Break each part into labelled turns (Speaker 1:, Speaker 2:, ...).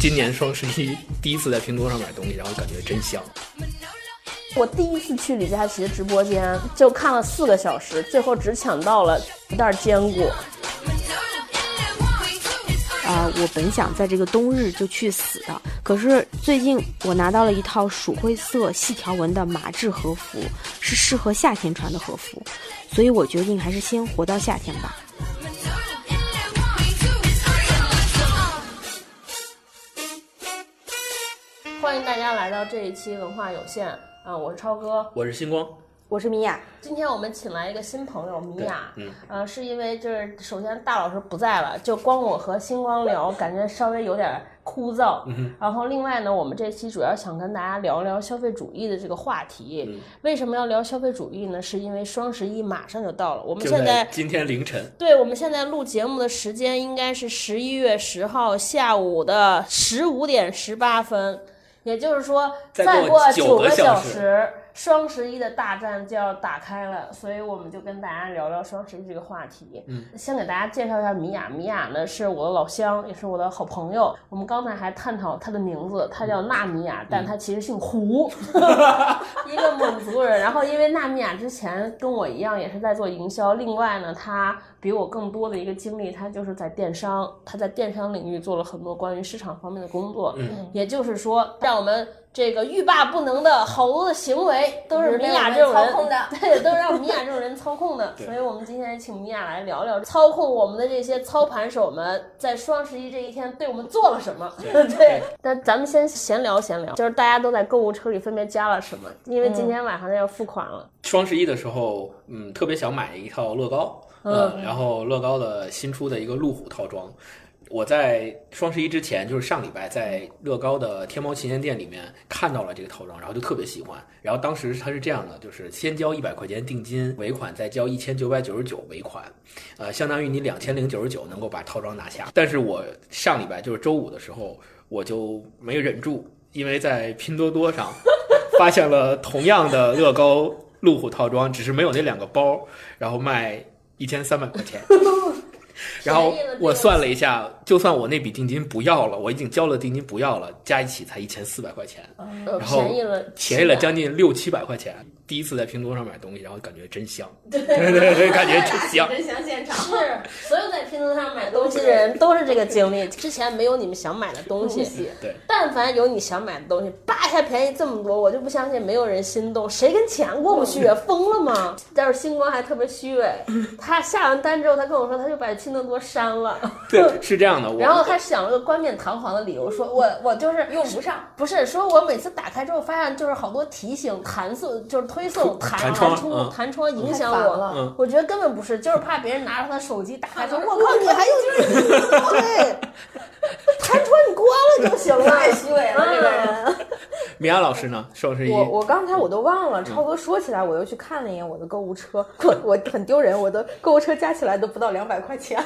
Speaker 1: 今年双十一第一次在拼多多上买东西，然后感觉真香。
Speaker 2: 我第一次去李佳琦的直播间，就看了四个小时，最后只抢到了一袋坚果。
Speaker 3: 啊、我本想在这个冬日就去死的，可是最近我拿到了一套鼠灰色细条纹的麻质和服，是适合夏天穿的和服，所以我决定还是先活到夏天吧。
Speaker 2: 欢迎大家来到这一期文化有限啊、我是超哥。
Speaker 1: 我是星光，
Speaker 3: 我是米娅，
Speaker 2: 今天我们请来一个新朋友米娅，
Speaker 1: 对嗯
Speaker 2: 呃，是因为就是首先大老师不在了，就光我和星光聊，感觉稍微有点枯燥。
Speaker 1: 嗯
Speaker 2: 然后另外呢，我们这期主要想跟大家聊聊消费主义的这个话题。
Speaker 1: 嗯
Speaker 2: 为什么要聊消费主义呢？是因为双十一马上就到了，我们
Speaker 1: 就
Speaker 2: 现在
Speaker 1: 今天凌晨，
Speaker 2: 对，我们现在录节目的时间应该是十一月十号下午的十五点十八分，也就是说，
Speaker 1: 再
Speaker 2: 再
Speaker 1: 过
Speaker 2: 过
Speaker 1: 九
Speaker 2: 九
Speaker 1: 个
Speaker 2: 个
Speaker 1: 小
Speaker 2: 小
Speaker 1: 时
Speaker 2: 时，双十一的大战就要打开了，所以我们就跟大家聊聊双十一这个话题。嗯，先给大家介绍一下米娅，米娅呢是我的老乡，也是我的好朋友。我们刚才还探讨她的名字，她叫纳米亚，但她其实姓胡。一个蒙族人，然后因为纳米亚之前跟我一样也是在做营销，另外呢，他比我更多的一个经历，他就是在电商，他在电商领域做了很多关于市场方面的工作，
Speaker 1: 嗯
Speaker 2: 也就是说，让我们这个欲罢不能的好多的行为都是米娅这
Speaker 4: 都是被我
Speaker 2: 种人
Speaker 4: 们操控的
Speaker 2: 对， 都是让米娅这种人操控的，
Speaker 1: 对
Speaker 2: 所以我们今天请米娅来聊聊操控我们的这些操盘手们在双十一这一天对我们做了什么，
Speaker 1: 对
Speaker 2: 对，但咱们先闲聊闲聊，就是大家都在购物车里分别加了什么，因为今天晚上要付款了。
Speaker 1: 双十一的时候，嗯，特别想买一套乐高，嗯，然后乐高的新出的一个路虎套装。我在双十一之前，就是上礼拜在乐高的天猫旗舰店里面看到了这个套装，然后就特别喜欢。然后当时它是这样的，就是先交一百块钱定金尾款，再交一千九百九十九尾款，呃，相当于你两千零九十九能够把套装拿下。但是我上礼拜就是周五的时候，我就没忍住，因为在拼多多 上发现了同样的乐高路虎套装，只是没有那两个包，然后卖一千三百块 钱。然后我算了一下，就算我那笔定金不要了，我已经交了定金不要了，加一起才一千四百块钱，
Speaker 2: 呃，
Speaker 1: 然后
Speaker 2: 便宜了，
Speaker 1: 便宜了将近六七百块钱。第一次在拼多多上买东西，然后感觉真香，对对 对，感觉真 香。
Speaker 4: 真香现场。
Speaker 2: 是啊所有在拼多多上买东西的人都是这个经历。之前没有你们想买的东西，
Speaker 1: 对，
Speaker 2: 但凡有你想买的东西，叭一下便宜这么多，我就不相信没有人心动。谁跟钱过不去啊？疯了吗？但是星光还特别虚伪，他下完单之后，他跟我说他就把拼多多删了，
Speaker 1: 对，是这样的。我
Speaker 2: 然后他想了个冠冕堂皇的理由，说我我就是
Speaker 4: 用不上，
Speaker 2: 不是说我每次打开之后发现就是好多提醒弹送，就是推送
Speaker 1: 弹
Speaker 2: 弹
Speaker 1: 弹窗
Speaker 2: 出
Speaker 1: 嗯
Speaker 2: 弹窗影响
Speaker 4: 太烦
Speaker 2: 我
Speaker 4: 了
Speaker 1: 嗯，
Speaker 2: 我觉得根本不是，就是怕别人拿着他手机打开说
Speaker 4: 看
Speaker 2: 哎我
Speaker 4: 到
Speaker 2: 靠你还用这个，对，弹窗你关了就行了
Speaker 4: 太。虚伪了，这个人。
Speaker 1: 米娅老师呢？双
Speaker 2: 嗯
Speaker 1: 十一
Speaker 5: 我我刚才我都忘了，超哥说起来，我又去看了一眼我的购物车，我我很丢人，我的购物车加起来都不到两百块钱，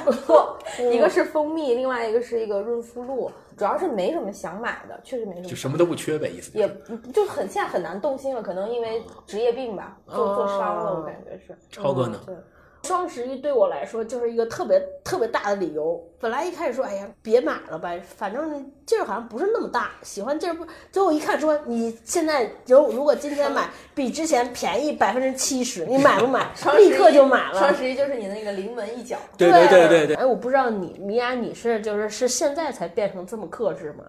Speaker 5: 一个是蜂蜜，另外一个是一个润肤露，主要是没什么想买的，确实没什么
Speaker 1: 就
Speaker 5: 想买，
Speaker 1: 什么都不缺呗，意思就是
Speaker 5: 也就很现在很难动心了，可能因为职业病吧，
Speaker 2: 哦
Speaker 5: 做做伤了，我感觉是。嗯
Speaker 1: 超哥呢？
Speaker 5: 对，
Speaker 2: 双十一对我来说就是一个特别特别大的理由。本来一开始说，哎呀，别买了吧，反正劲儿好像不是那么大，喜欢劲儿不。最后一看说，你现在有如果今天买比之前便宜百分之七十，你买不买？立刻就买了。
Speaker 5: 双十一就是你的那个临门一脚，
Speaker 1: 对对对对对，
Speaker 2: 哎，我不知道你米娅，你是就是是现在才变成这么克制吗？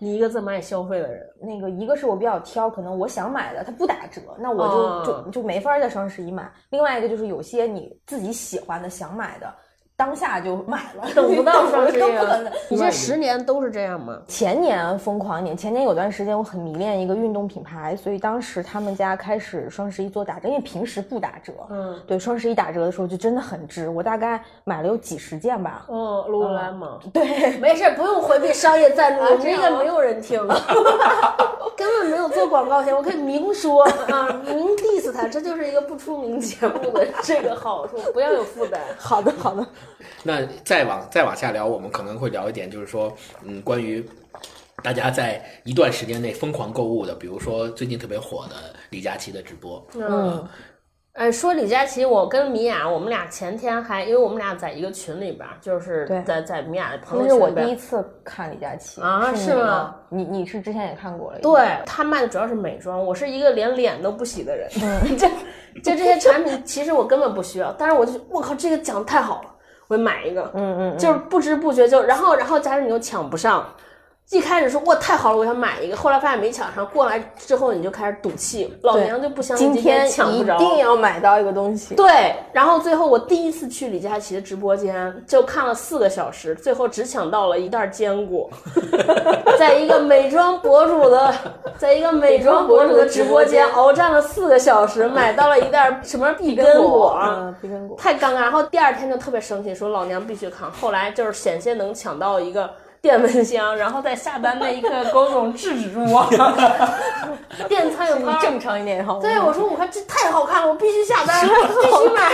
Speaker 2: 你一个这么爱消费的 人，
Speaker 5: 那个一个是我比较挑，可能我想买的它不打折，那我就、
Speaker 2: 哦
Speaker 5: 就就没法在双十一买。另外一个就是有些你自己喜欢的、想买的，当下就买了，
Speaker 2: 等不 到双十一
Speaker 5: 更不
Speaker 2: 啊
Speaker 5: 可能。
Speaker 2: 你这十年都是这样吗？
Speaker 5: 前年疯狂一点，前年有段时间我很迷恋一个运动品牌，所以当时他们家开始双十一做打折，因为平时不打折。
Speaker 2: 嗯，
Speaker 5: 对，双十一打折的时候就真的很值，我大概买了有几十件吧。
Speaker 2: 哦，露露兰吗？ 对，没事，不用回避商业赞助，我们这个没有人 听，根本没有做广告钱，我可以明 说啊，明 diss 他，这就是一个不出名节目 的这个好处，不要有负 担。
Speaker 5: 好的，好的。
Speaker 1: 那再往再往下聊，我们可能会聊一点，就是说，嗯，关于大家在一段时间内疯狂购物的，比如说最近特别火的李佳琦的直播，嗯
Speaker 2: 嗯，哎，说李佳琦，我跟米娅，我们俩前天还，因为我们俩在一个群里边儿，就是
Speaker 5: 对
Speaker 2: 在在米娅的朋
Speaker 5: 那
Speaker 2: 友
Speaker 5: 是
Speaker 2: 圈
Speaker 5: 我
Speaker 2: 里边
Speaker 5: 第
Speaker 2: 儿
Speaker 5: 一次看李佳琦
Speaker 2: 啊
Speaker 5: 你
Speaker 2: 是吗
Speaker 5: 吗？你你是之前也看过了？
Speaker 2: 对他卖的主要是美妆，我是一个连脸都不洗的人，
Speaker 5: 嗯
Speaker 2: 这就这些产品其实我根本不需要，但是我就我靠这个讲得太好了，我就买一个，嗯嗯，就是不知不觉就然后然后加上你又抢不上，一开始说哇太好了我想买一个，后来发现没抢上，过来之后你就开始赌气，老
Speaker 5: 对
Speaker 2: 娘就不相信
Speaker 5: 今天
Speaker 2: 抢
Speaker 5: 一
Speaker 2: 不着，
Speaker 5: 定要买到一个东西。
Speaker 2: 对，然后最后我第一次去李佳琦的直播间，就看了四个小时，最后只抢到了一袋坚果，在一个美妆博主的，在一个美妆博主的直播间鏖战了四个小时，买到了一袋什么碧根果。
Speaker 5: 嗯，碧根果。
Speaker 2: 太尴尬，然后第二天就特别生气，说老娘必须扛。后来就是险些能抢到一个电蚊香， 然后在下单那一刻，龚总制止住 我，电餐有
Speaker 5: 你
Speaker 2: 摊儿
Speaker 5: 正常一点好吗？
Speaker 2: 对，我说我看这太好看了，我必须下 单，必须买。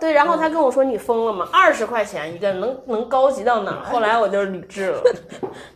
Speaker 2: 对，然后他跟我说你疯了吗？二十块钱一个，能能高级到哪 儿？后来我就理智了。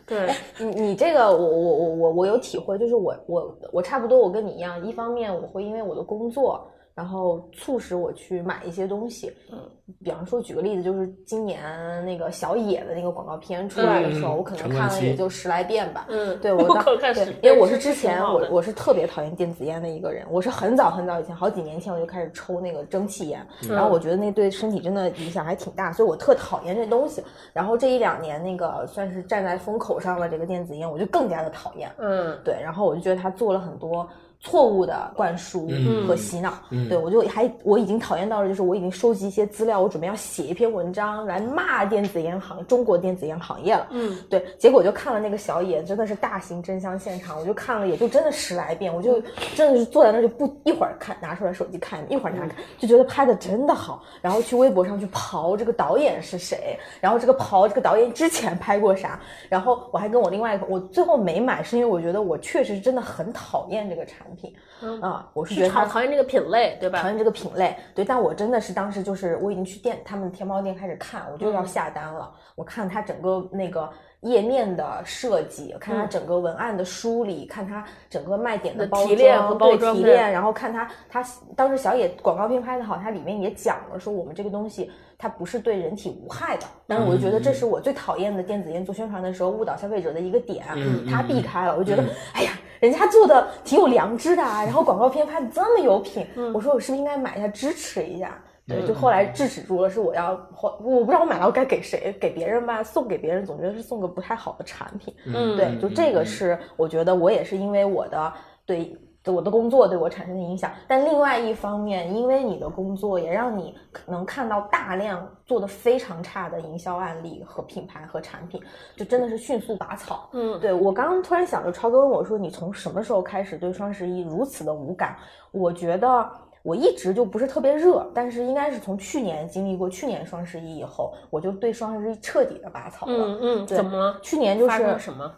Speaker 2: 对，
Speaker 5: 你你这个我我我我我有体会，就是我我我差不多我跟你一样，一方面我会因为我的工作，然后促使我去买一些东西。嗯，比方说举个例子，就是今年那个小野的那个广告片出来的时候，
Speaker 1: 嗯
Speaker 5: 我可能
Speaker 1: 陈冠
Speaker 5: 看了
Speaker 1: 希
Speaker 5: 也就十来遍吧。
Speaker 2: 嗯，
Speaker 5: 对
Speaker 2: 我
Speaker 5: 我
Speaker 2: 靠
Speaker 5: 当
Speaker 2: 看
Speaker 5: 对
Speaker 2: 视频，
Speaker 5: 因为我是
Speaker 2: 这
Speaker 5: 之前
Speaker 2: 挺好
Speaker 5: 我
Speaker 2: 的
Speaker 5: 我是特别讨厌电子烟的一个人，我是很早很早以前，好几年前我就开始抽那个蒸汽烟，
Speaker 2: 嗯
Speaker 5: 然后我觉得那对身体真的影响还挺大，所以我特讨厌这东西。然后这一两年那个算是站在风口上了这个电子烟，我就更加的讨厌。
Speaker 2: 嗯
Speaker 5: 对，然后我就觉得他做了很多错误的灌输
Speaker 1: 嗯
Speaker 5: 和洗脑，
Speaker 1: 嗯
Speaker 5: 对我就还我已经讨厌到了，就是我已经收集一些资料，我准备要写一篇文章来骂电子烟行中国电子烟行业了，
Speaker 2: 嗯，
Speaker 5: 对，结果就看了那个小野，真的是大型真香现场，我就看了也就真的十来遍，我就真的是坐在那儿就不一会儿看拿出来手机看，一会儿拿
Speaker 1: 嗯
Speaker 5: 看，就觉得拍的真的好，然后去微博上去刨这个导演是谁，然后这个刨这个导演之前拍过啥，然后我还跟我另外一个，我最后没买是因为我觉得我确实真的很讨厌这个产品，
Speaker 2: 嗯
Speaker 5: 啊，我是觉
Speaker 2: 是
Speaker 5: 得
Speaker 2: 讨
Speaker 5: 它
Speaker 2: 讨厌这个品类，对
Speaker 5: 讨
Speaker 2: 吧？
Speaker 5: 厌这个品类，对，但我真的是当时就是我已经去店他们天猫店开始看，我
Speaker 2: 嗯
Speaker 5: 就要下单了。我看它整个那个页面的设计，看它整个文案的梳理，看它整个卖点的
Speaker 2: 嗯那
Speaker 5: 包
Speaker 2: 提炼和
Speaker 5: 装，
Speaker 2: 包
Speaker 5: 对
Speaker 2: 装
Speaker 5: 提
Speaker 2: 对
Speaker 5: 炼，然后看它它当时小野广告片拍的好，它里面也讲了说我们这个东西它不是对人体无害的，但是我就觉得
Speaker 2: 嗯
Speaker 5: 这是我最讨厌的电子烟做宣传的时候误导消费者的一个点，啊
Speaker 1: 嗯
Speaker 5: 它
Speaker 1: 嗯
Speaker 5: 避
Speaker 1: 嗯
Speaker 5: 开了，我就觉得、哎呀。人家做的挺有良知的啊，然后广告片拍的这么有品，
Speaker 2: 嗯
Speaker 5: 我说我是不是应该买一下支持一下？对，就后来制止住了，是我要花，我不知道我买到该给谁，给别人吧，送给别人，总觉得是送个不太好的产品。
Speaker 2: 嗯
Speaker 5: 对，就这个是我觉得我也是因为我的对对我的工作对我产生的影响，但另外一方面，因为你的工作也让你能看到大量做的非常差的营销案例和品牌和产品，就真的是迅速拔草。
Speaker 2: 嗯，
Speaker 5: 对我刚刚突然想着，超哥问我说：“你从什么时候开始对双十一如此的无感？”我觉得我一直就不是特别热，但是应该是从去年经历过去年双十一以后，我就对双十一彻底的拔草了。
Speaker 2: 嗯嗯，
Speaker 5: 对
Speaker 2: 怎么了？
Speaker 5: 去年就
Speaker 2: 发生
Speaker 5: 是
Speaker 2: 了什么？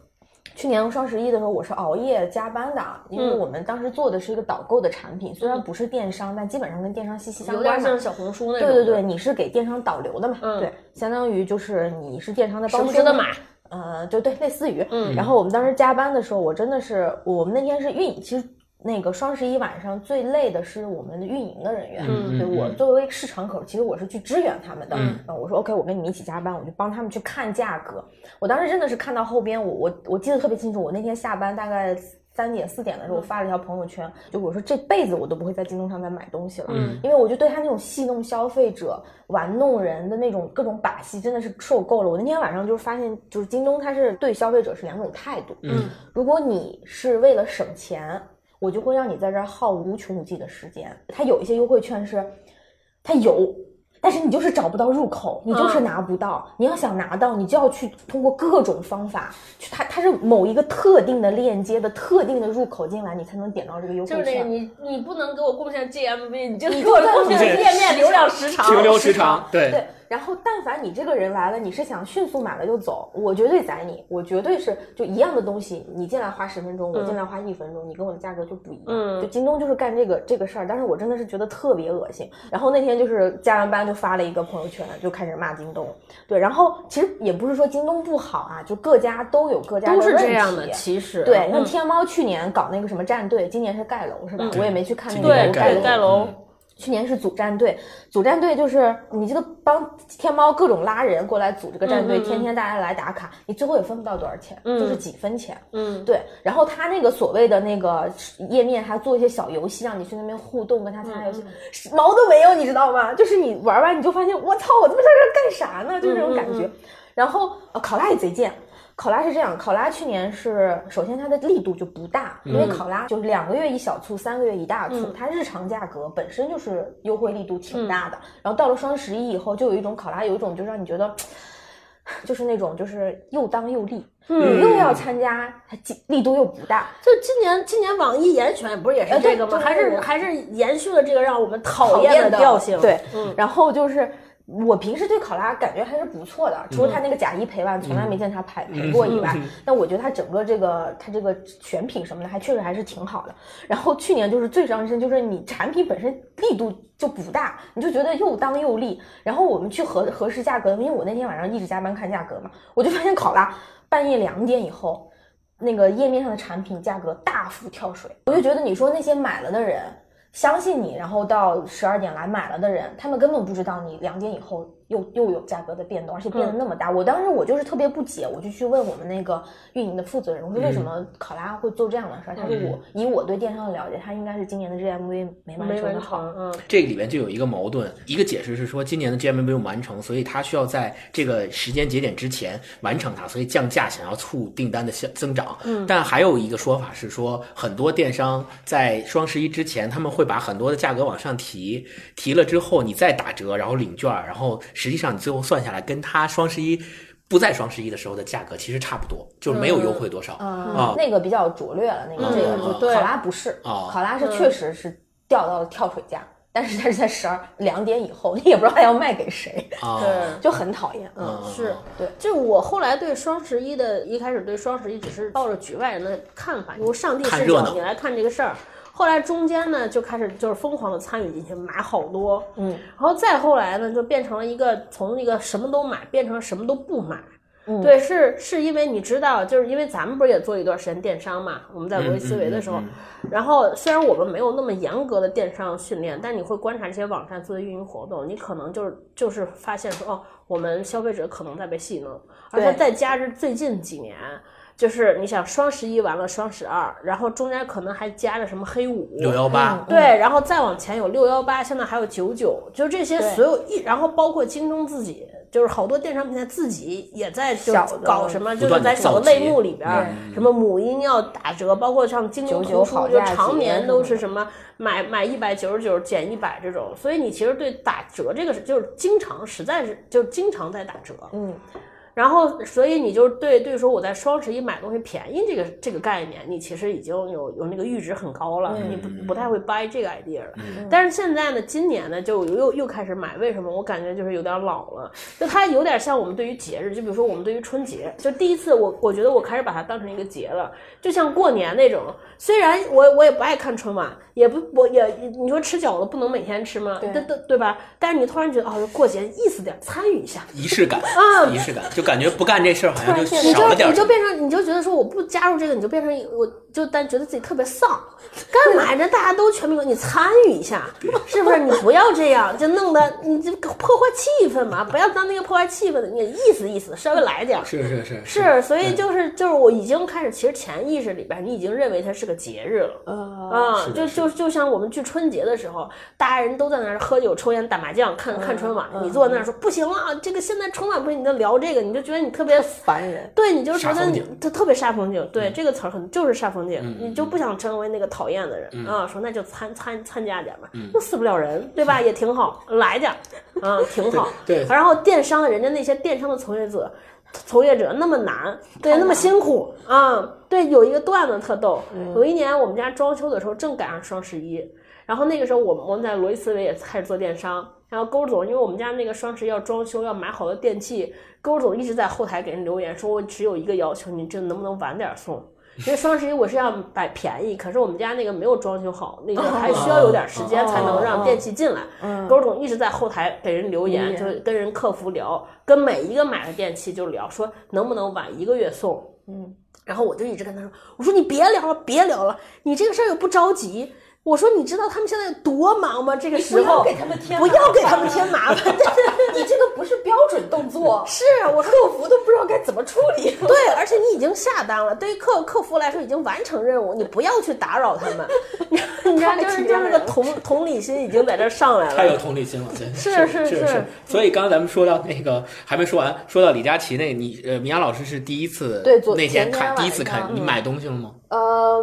Speaker 5: 去年双十一的时候，我是熬夜加班的，因为
Speaker 2: 嗯
Speaker 5: 我们当时做的是一个导购的产品，虽然不是电商，但基本上跟电商息息相
Speaker 2: 有
Speaker 5: 关
Speaker 2: 点
Speaker 5: 嘛。
Speaker 2: 像小红书那种。
Speaker 5: 对对对，，你是给电商导流的嘛？
Speaker 2: 嗯
Speaker 5: 对，相当于就是你是电商的
Speaker 2: 舍
Speaker 5: 包装。
Speaker 2: 不得买。
Speaker 5: 呃，就对，类似于，
Speaker 2: 嗯
Speaker 5: 然后我们当时加班的时候，我真的是，我们那天是运营，其实那个双十一晚上最累的是我们的运营的人员，
Speaker 1: 嗯
Speaker 5: 对
Speaker 1: 嗯
Speaker 5: 我
Speaker 1: 嗯
Speaker 5: 作为市场口，其实我是去支援他们的，呃
Speaker 1: 嗯
Speaker 5: 我说 OK，我跟你们一起加班，我就帮他们去看价格，我当时真的是看到后边，我我我记得特别清楚，我那天下班大概。三点四点的时
Speaker 1: 嗯
Speaker 5: 候，我发了一条朋友圈，就我说这辈子我都不会在京东上再买东西了，
Speaker 1: 嗯
Speaker 5: 因为我就对他那种戏弄消费者、玩弄人的那种各种把戏真的是受够了。我那天晚上就是发现，就是京东它是对消费者是两种态度。
Speaker 1: 嗯，
Speaker 5: 如果你是为了省钱，我就会让你在这儿耗无穷无尽的时间。它有一些优惠券是，它有。但是你就是找不到入口，
Speaker 2: 嗯
Speaker 5: 你就是拿不到。你要想拿到，你就要去通过各种方法，去它它是某一个特定的链接的特定的入口进来，你才能点到这个优惠
Speaker 2: 就是
Speaker 5: 券。
Speaker 2: 那个你你不能给我贡献 GMV，你就
Speaker 5: 你
Speaker 2: 给我
Speaker 5: 就在
Speaker 2: 贡献
Speaker 1: 你这
Speaker 2: 页面流量时长。
Speaker 1: 停留时长，对
Speaker 5: 对，然后但凡你这个人来了，你是想迅速买了就走，我绝对宰你，我绝对是就一样的东西，你进来花十分钟，我进来花一分钟，你跟我的价格就不一样。
Speaker 6: 嗯
Speaker 5: 就京东就是干这个这个事儿，但是我真的是觉得特别恶心。然后那天就是加完班就发了一个朋友圈，就开始骂京东。对，然后其实也不是说京东不好啊，就各家都有各家
Speaker 6: 都是
Speaker 5: 问
Speaker 6: 这样的，
Speaker 5: 题
Speaker 6: 其实
Speaker 5: 对，像
Speaker 6: 嗯
Speaker 5: 天猫去年搞那个什么战队，今年是盖楼是吧？我也没去看那
Speaker 1: 今
Speaker 5: 个
Speaker 1: 年
Speaker 5: 楼
Speaker 6: 对
Speaker 5: 盖
Speaker 6: 对
Speaker 5: 楼。
Speaker 6: 盖
Speaker 1: 嗯
Speaker 6: 楼，
Speaker 5: 去年是组战队，组战队就是你这个帮天猫各种拉人过来组这个战队，
Speaker 6: 嗯嗯嗯
Speaker 5: 天天大家来打卡，你最后也分不到多少钱，
Speaker 6: 嗯
Speaker 5: 就是几分钱。
Speaker 6: 嗯，
Speaker 5: 对，然后他那个所谓的那个页面还做一些小游戏，让你去那边互动，跟他参加
Speaker 6: 嗯
Speaker 5: 游戏，毛都没有，你知道吗？就是你玩完你就发现，我操，我他妈在这儿干啥呢？就这种感
Speaker 6: 嗯
Speaker 5: 觉。然后呃，考拉也贼贱。考拉是这样，考拉去年是首先它的力度就不大，因为考拉就是两个月一小促，三个月一大促，
Speaker 6: 嗯
Speaker 5: 它日常价格本身就是优惠力度挺大的。然后到了双十一以后，就有一种考拉有一种就让你觉得，就是那种就是又当又立，
Speaker 6: 嗯
Speaker 5: 你又要参加，还劲力度又不大，
Speaker 2: 就今年今年网易严选不是也是
Speaker 5: 呃对
Speaker 2: 这个吗？
Speaker 5: 就是
Speaker 2: 还是还是延续了这个让我们讨厌的调性。
Speaker 5: 对，
Speaker 6: 嗯
Speaker 5: 然后就是。我平时对考拉感觉还是不错的，
Speaker 2: 嗯
Speaker 5: 除了他那个假一陪伴，从来没见他陪陪过以外，但我觉得他整个这个他这个选品什么的，还确实还是挺好的。然后去年就是最伤心，就是你产品本身力度就不大，你就觉得又当又立。然后我们去核核实价格，因为我那天晚上一直加班看价格嘛，我就发现考拉半夜两点以后，那个页面上的产品价格大幅跳水，我就觉得你说那些买了的人相信你，然后到十二点来买了的人，他们根本不知道你两点以后又又有价格的变动，而且变得那么大。我当时我就是特别不解，我就去问我们那个运营的负责人，我说为什么考拉会做这样的事儿？他说我以我对电商的了解，他应该是今年的 GMV 没完
Speaker 6: 没
Speaker 5: 成的
Speaker 6: 完
Speaker 5: 好。
Speaker 6: 成，嗯，
Speaker 1: 这里边就有一个矛盾，一个解释是说今年的 GMV 没有完成，所以它需要在这个时间节点之前完成它，所以降价想要促订单的增增长。嗯，但还有一个说法是说，很多电商在双十一之前，他们会把很多的价格往上提，提了之后你再打折，然后领券儿，然后实际上你最后算下来跟它双十一。不在双十一的时候的价格其实差不多，就是没有优惠多少啊
Speaker 5: 嗯，那个比较拙劣了，那个这个
Speaker 1: 嗯
Speaker 5: 就
Speaker 6: 对
Speaker 5: 考拉不是，
Speaker 1: 哦
Speaker 5: 考拉是确实是掉到了跳水价， 但是它是在十二两点以后，你也不知道它要卖给谁，
Speaker 1: 啊！
Speaker 2: 哦
Speaker 5: 就很讨厌。嗯，
Speaker 1: 嗯
Speaker 2: 是
Speaker 5: 对
Speaker 2: 就我后来对双十一的，一开始对双十一只是抱着局外人的看法，由上帝
Speaker 1: 看
Speaker 2: 视
Speaker 1: 热
Speaker 2: 角
Speaker 1: 闹
Speaker 2: 你来看这个事儿。后来中间呢，就开始就是疯狂的参与进去，买好多，
Speaker 5: 嗯
Speaker 2: 然后再后来呢，就变成了一个从一个什么都买变成了什么都不买。
Speaker 5: 嗯
Speaker 2: 对，是是因为你知道，就是因为咱们不是也做一段时间电商嘛，我们在维思维的时候，
Speaker 1: 嗯嗯
Speaker 2: 然后虽然我们没有那么严格的电商训练，但你会观察这些网站做的运营活动，你可能就是就是发现说，哦，我们消费者可能在被戏弄，而且
Speaker 5: 对
Speaker 2: 再加之最近几年。就是你想双十一完了双十二，然后中间可能还加着什么黑五
Speaker 1: 六幺八，
Speaker 5: 嗯
Speaker 2: 对，然后再往前有六幺八，现在还有九九，就这些
Speaker 5: 对
Speaker 2: 所有一，然后包括京东自己，就是好多电商平台自己也在就
Speaker 5: 小的
Speaker 2: 搞什么，就
Speaker 1: 不
Speaker 2: 是
Speaker 1: 断地
Speaker 2: 在小
Speaker 1: 造
Speaker 2: 的
Speaker 1: 节
Speaker 2: 类目里边儿，什么母婴要打折，包括像京东
Speaker 5: 九
Speaker 2: 图
Speaker 5: 九
Speaker 2: 书
Speaker 5: 好
Speaker 2: 就
Speaker 5: 价
Speaker 2: 常
Speaker 5: 节
Speaker 2: 年
Speaker 5: 什
Speaker 2: 都
Speaker 5: 么
Speaker 2: 是什么买买一百九十九减一百这种，所以你其实对打折这个是就是经常实在是就是经常在打折，
Speaker 5: 嗯，
Speaker 2: 然后，所以你就对对说我在双十一买东西便宜这个这个概念，你其实已经有有那个阈值很高了，你不不太会 buy 这个 idea 了。但是现在呢，今年呢就又又开始买，为什么？我感觉就是有点老了，就它有点像我们对于节日，就比如说我们对于春节，就第一次我我觉得我开始把它当成一个节了，就像过年那种。虽然我我也不爱看春晚，也不我也你说吃饺子不能每天吃吗？
Speaker 5: 对
Speaker 2: 对对对吧？但是你突然觉得哦，过节意思点，参与一下。
Speaker 1: 仪式感，仪式感，就感觉不干这事儿好像就
Speaker 2: 你
Speaker 1: 少
Speaker 2: 就
Speaker 1: 了点
Speaker 2: 你
Speaker 1: 儿什
Speaker 2: 就
Speaker 1: 么。
Speaker 2: 变成你就觉得说我不加入这个，你就变成一我就但觉得自己特别丧，干嘛呢？大家都全民国，你参与一下，是不是？你不要这样，就弄得你就破坏气氛嘛，不要当那个破坏气氛的，你意思意思，稍微来点儿。
Speaker 1: 是是是
Speaker 2: 是，所以就是就是，我已经开始，其实潜意识里边，你已经认为它是个节日了。啊，
Speaker 1: 是的
Speaker 2: 就是就就像我们去春节的时候，大家人都在那儿喝酒、抽烟、打麻将、看看春晚，你坐在那儿说不行了，这个现在春晚不行，你就聊这个，你就觉得你特别
Speaker 5: 烦人。
Speaker 2: 对，你就觉
Speaker 1: 煞
Speaker 2: 得
Speaker 1: 风
Speaker 2: 你
Speaker 1: 景。
Speaker 2: 他特别煞风景，对、这个词儿很就是煞风景，你就不想成为那个讨厌的人、啊。说那就参参参加点儿嘛，又死不了人，对吧？也挺好，来点儿啊，挺好
Speaker 1: 对对
Speaker 2: 然后电商人家那些电商的从业者，从业者那么难，对，那么辛苦啊。对，有一个段子特逗，
Speaker 1: 嗯
Speaker 2: 有一年我们家装修的时候正赶上双十一，然后那个时候我们我们在罗伊斯维也开始做电商，然后勾总，因为我们家那个双十一要装修，要买好多电器，勾总一直在后台给人留言说，我只有一个要求，你这能不能晚点送？因为双十一我是要买便宜，可是我们家那个没有装修好，那个还需要有点时间才
Speaker 1: 哦
Speaker 2: 能让电器进来。
Speaker 1: 嗯
Speaker 2: 勾总一直在后台给人留
Speaker 5: 嗯
Speaker 2: 言，就是跟人客服聊，跟每一个买的电器就聊，说能不能晚一个月送。
Speaker 5: 嗯，
Speaker 2: 然后我就一直跟他说，我说你别聊了，别聊了，你这个事儿又不着急。我说你知道他们现在有多忙吗？这个时候
Speaker 5: 不要给他们添
Speaker 2: 不
Speaker 5: 麻
Speaker 2: 要给他
Speaker 5: 烦
Speaker 2: 们添麻 烦。对，
Speaker 5: 你这个不是标准动作
Speaker 2: 是啊我说
Speaker 5: 客服都不知道该怎么处理。
Speaker 2: 对，而且你已经下单了，对于客客服来说已经完成任务，你不要去打扰他们。 你知道，
Speaker 5: 太
Speaker 2: 就是
Speaker 5: 体
Speaker 2: 就
Speaker 5: 谅
Speaker 2: 是那
Speaker 5: 人
Speaker 2: 个
Speaker 5: 了
Speaker 2: 同同理心已经在这上来
Speaker 1: 太有
Speaker 2: 了。
Speaker 1: 同理心了，真
Speaker 2: 是
Speaker 1: 是
Speaker 2: 是
Speaker 1: 是
Speaker 2: 是。
Speaker 1: 所以刚刚咱们说到那个还没说完，说到李佳琦那，你呃，米娅老师是第一次
Speaker 5: 对昨
Speaker 1: 那
Speaker 5: 前
Speaker 1: 天
Speaker 5: 天
Speaker 1: 看
Speaker 5: 晚
Speaker 1: 第一次看
Speaker 5: 上，嗯
Speaker 1: 你买东西了吗？
Speaker 5: 呃，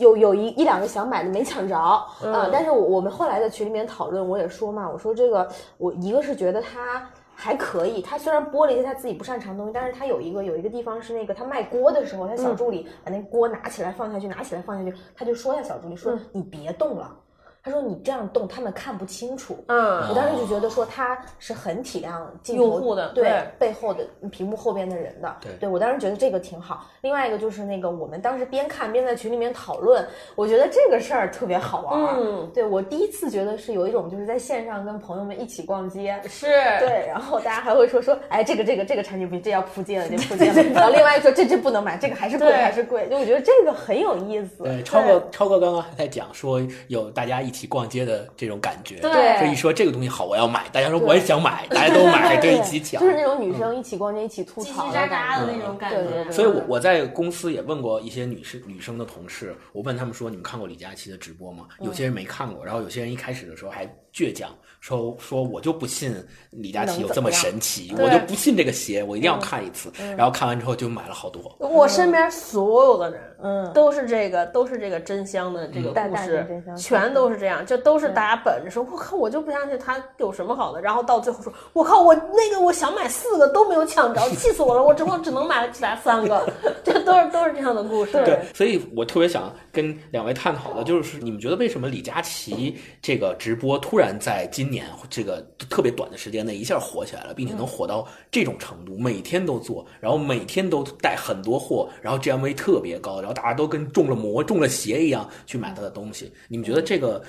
Speaker 5: 有有一一两个想买的没抢着啊、但是我我们后来在群里面讨论，我也说嘛，我说这个我一个是觉得它还可以，它虽然播了一些它自己不擅长的东西，但是它有一个有一个地方是那个他卖锅的时候，他小助理把那锅拿起来放下去，拿起来放下去，他就说一下小助理说、你别动了。他说：“你这样动，他们看不清楚。”
Speaker 2: 嗯
Speaker 5: 我当时就觉得说他是很体谅镜头
Speaker 2: 用户的
Speaker 5: 对
Speaker 2: 对
Speaker 5: 背后的屏幕后边的人的。
Speaker 1: 对
Speaker 5: 我当时觉得这个挺好。另外一个就是那个，我们当时边看边在群里面讨论，我觉得这个事儿特别好玩儿。
Speaker 2: 嗯
Speaker 5: 对我第一次觉得是有一种就是在线上跟朋友们一起逛街。
Speaker 2: 是，
Speaker 5: 对，然后大家还会说说，哎，这个这个这个产品不行，这要扑街了，这扑街了。然后另外说这这不能买，这个还是贵
Speaker 2: 对
Speaker 5: 还是贵。就我觉得这个很有意思。
Speaker 1: 对，超哥超哥刚刚还在讲说有大家一起逛街的这种感觉，
Speaker 2: 对
Speaker 1: 就一说这个东西好我要买，大家说我也想买，大家都买，就一起抢
Speaker 5: 就。是那种女生一起逛街一起吐
Speaker 6: 叽
Speaker 5: 槽
Speaker 6: 叽
Speaker 5: 的
Speaker 6: 喳喳
Speaker 5: 感觉。
Speaker 6: 的那种感
Speaker 5: 对对
Speaker 6: 觉
Speaker 5: 对。
Speaker 1: 所以我，我在公司也问过一些女士女生的同事，我问他们说，你们看过李佳琦的直播吗？有些人没看过，然后有些人一开始的时候还倔强，说说我就不信李佳琦有这么神奇，
Speaker 2: 么
Speaker 1: 我
Speaker 2: 样
Speaker 1: 就不信这个邪，我一
Speaker 5: 嗯
Speaker 1: 定要看一次。然后看完之后就买了好多。
Speaker 2: 我身边所有的人，
Speaker 5: 嗯
Speaker 2: 都是这个，都是这个真香的
Speaker 1: 嗯
Speaker 2: 这个
Speaker 5: 淡
Speaker 2: 故
Speaker 5: 淡
Speaker 2: 事
Speaker 5: 的真，香
Speaker 2: 全都是这样，就都是大家本着说，我靠，我就不相信他有什么好的，然后到最后说，我靠，我那个我想买四个都没有抢着，气死我了，我之后只能买了其他三 个，这都是都是这样的故事。
Speaker 1: 对，所以我特别想跟两位探讨的就是，你们觉得为什么李佳琦这个直播突然在今年这个特别短的时间内一下火起来了，并且
Speaker 2: 嗯
Speaker 1: 能火到这种程度，每天都做，然后每天都带很多货，然后 GMV 特别高，然后大家都跟中了魔、中了邪一样去买他的东西。你们觉得这个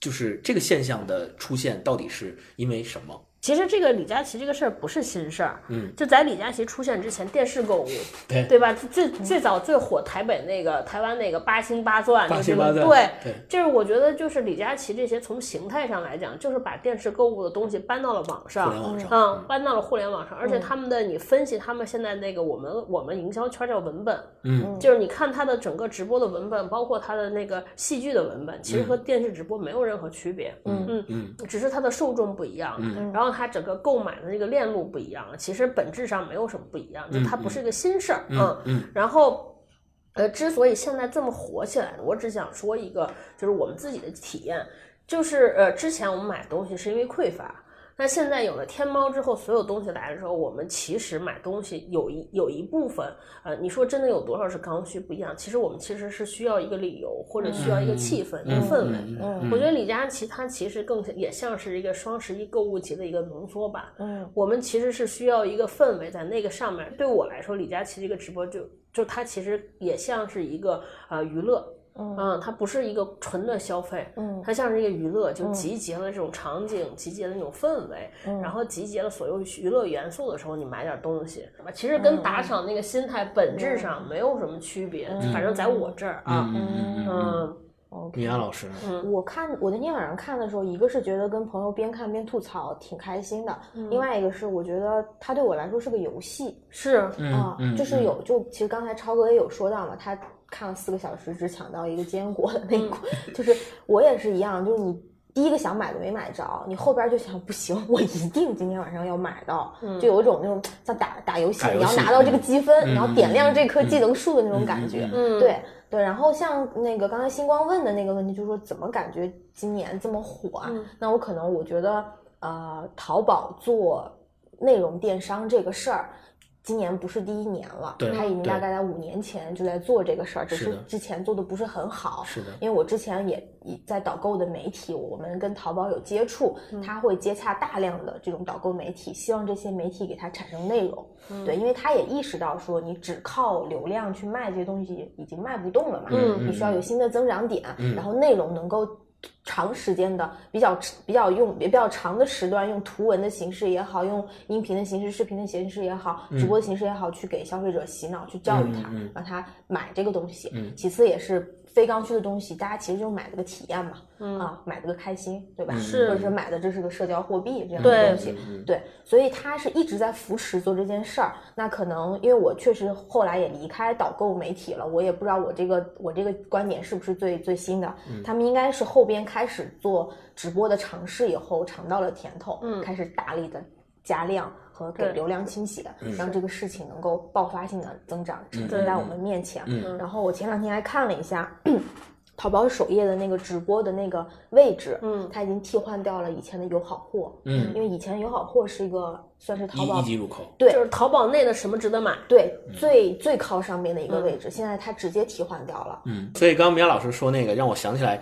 Speaker 1: 就是这个现象的出现到底是因为什么？
Speaker 2: 其实这个李佳琦这个事儿不是新事儿，
Speaker 1: 嗯，
Speaker 2: 就在李佳琦出现之前，电视购物，
Speaker 1: 对
Speaker 2: 对吧？最最早最火台北那个台湾那个八星八钻，
Speaker 1: 八
Speaker 2: 就
Speaker 1: 星
Speaker 2: 这
Speaker 1: 八
Speaker 2: 种
Speaker 1: 钻，
Speaker 2: 对。
Speaker 1: 对
Speaker 2: 就是我觉得，就是李佳琦这些从形态上来讲，就是把电视购物的东西搬到了网
Speaker 1: 互
Speaker 2: 上
Speaker 1: 联，网上，
Speaker 2: 嗯，搬到了互联网上，
Speaker 1: 嗯
Speaker 2: 而且他们的你分析他们现在那个我们我们营销圈叫文本，
Speaker 1: 嗯，
Speaker 2: 就是你看他的整个直播的文本，包括他的那个戏剧的文本，其实和电视直播没有任何区别，
Speaker 1: 嗯
Speaker 2: 嗯
Speaker 1: 嗯，
Speaker 2: 只是它的受众不一样，
Speaker 1: 嗯
Speaker 2: 然后它整个购买的那个链路不一样，其实本质上没有什么不一样，就它不是一个新事儿，啊
Speaker 1: 嗯嗯
Speaker 2: 然后。呃，之所以现在这么火起来，我只想说一个，就是我们自己的体验，就是呃，之前我们买东西是因为匮乏，那现在有了天猫之后，所有东西来的时候，我们其实买东西有一有一部分，呃，你说真的有多少是刚需不一样？其实我们其实是需要一个理由，或者需要一个气氛、一个氛围。
Speaker 1: 嗯嗯嗯
Speaker 2: 我觉得李佳琦他其实更也像是一个双十一购物节的一个浓缩版。
Speaker 5: 嗯，
Speaker 2: 我们其实是需要一个氛围在那个上面。对我来说，李佳琦这个直播就就他其实也像是一个呃娱乐。
Speaker 5: 嗯
Speaker 2: 它不是一个纯的消费，
Speaker 5: 嗯
Speaker 2: 它像是一个娱乐，就集结了这种场景，集结了那种氛围，
Speaker 5: 嗯
Speaker 2: 然后集结了所有娱乐元素的时候，你买点东西，其实
Speaker 5: 嗯
Speaker 2: 跟打赏那个心态本质上没有什么区别，
Speaker 5: 嗯
Speaker 2: 反正在我这儿啊，
Speaker 1: 嗯嗯嗯，
Speaker 2: 嗯
Speaker 1: 米娅老师呢？
Speaker 5: 我看我那天晚上看的时候，一个是觉得跟朋友边看边吐槽挺开心的，另外一个是我觉得它对我来说是个游戏
Speaker 2: 是，
Speaker 5: 啊
Speaker 1: 嗯，嗯，
Speaker 5: 就是有就其实刚才超哥也有说到嘛，他看了四个小时只抢到一个坚果的那一款，就是我也是一样，就是你。第一个想买的没买着，你后边就想不行，我一定今天晚上要买到，就有一种那种像打打游戏，
Speaker 1: 打游
Speaker 5: 你要
Speaker 1: 戏
Speaker 5: 拿到这个积分，你要
Speaker 1: 嗯
Speaker 5: 点亮这棵
Speaker 1: 嗯
Speaker 5: 技能树的那种
Speaker 1: 嗯
Speaker 5: 感
Speaker 1: 嗯
Speaker 5: 觉。
Speaker 1: 嗯
Speaker 2: 嗯，
Speaker 5: 对对，然后像那个刚才星光问的那个问题，就是说怎么感觉今年这么火啊？
Speaker 2: 嗯
Speaker 5: 那我可能我觉得，呃，淘宝做内容电商这个事儿，今年不是第一年了，
Speaker 1: 对
Speaker 5: 他已经
Speaker 1: 对
Speaker 5: 大概在五年前就在做这个事儿，只
Speaker 1: 是
Speaker 5: 是
Speaker 1: 的
Speaker 5: 之前做的不是很好。
Speaker 1: 是的，
Speaker 5: 因为我之前也也在导购的媒体，我们跟淘宝有接触，
Speaker 1: 嗯
Speaker 5: 他会接洽大量的这种导购媒体，希望这些媒体给他产生内容。对，因为他也意识到说，你只靠流量去卖这些东西已经卖不动了嘛，
Speaker 1: 嗯
Speaker 5: 你需要有新的增长点，
Speaker 1: 嗯
Speaker 5: 然后内容能够。长时间的比较比较用比较长的时段，用图文的形式也好，用音频的形式、视频的形式也好，直播的形式也好，去给消费者洗脑，去教育他，
Speaker 1: 嗯嗯嗯嗯
Speaker 5: 让他买这个东西。
Speaker 1: 嗯
Speaker 5: 其次也是非刚需的东西，大家其实就买这个体验嘛，
Speaker 2: 嗯
Speaker 5: 啊，买这个开心，对吧？
Speaker 1: 是
Speaker 5: 或者是买的这是个社交货币这样
Speaker 2: 对
Speaker 5: 的东西。
Speaker 1: 嗯
Speaker 5: 对，所以他是一直在扶持做这件事儿。那可能因为我确实后来也离开导购媒体了，我也不知道我这个我这个观点是不是最最新的。
Speaker 2: 嗯
Speaker 5: 他们应该是后边开始做直播的尝试以后尝到了甜头，
Speaker 2: 嗯
Speaker 5: 开始大力的加量和给
Speaker 2: 对嗯
Speaker 5: 流量倾斜，让这个事情能够爆发性的增长呈现
Speaker 2: 对
Speaker 5: 在我们面前。
Speaker 1: 嗯
Speaker 5: 然后我前两天还看了一下。淘宝首页的那个直播的那个位置，
Speaker 2: 嗯
Speaker 5: 它已经替换掉了以前的友好货，
Speaker 1: 嗯，
Speaker 5: 因为以前友好货是一个算是淘
Speaker 1: 一一
Speaker 5: 宝
Speaker 1: 级嗯入口，
Speaker 5: 对
Speaker 2: 就是淘宝内的什么值得买？
Speaker 5: 对最最靠上面的一个位置，现在它直接替换掉了。
Speaker 1: 嗯，所以刚刚米娅老师说那个，让我想起来，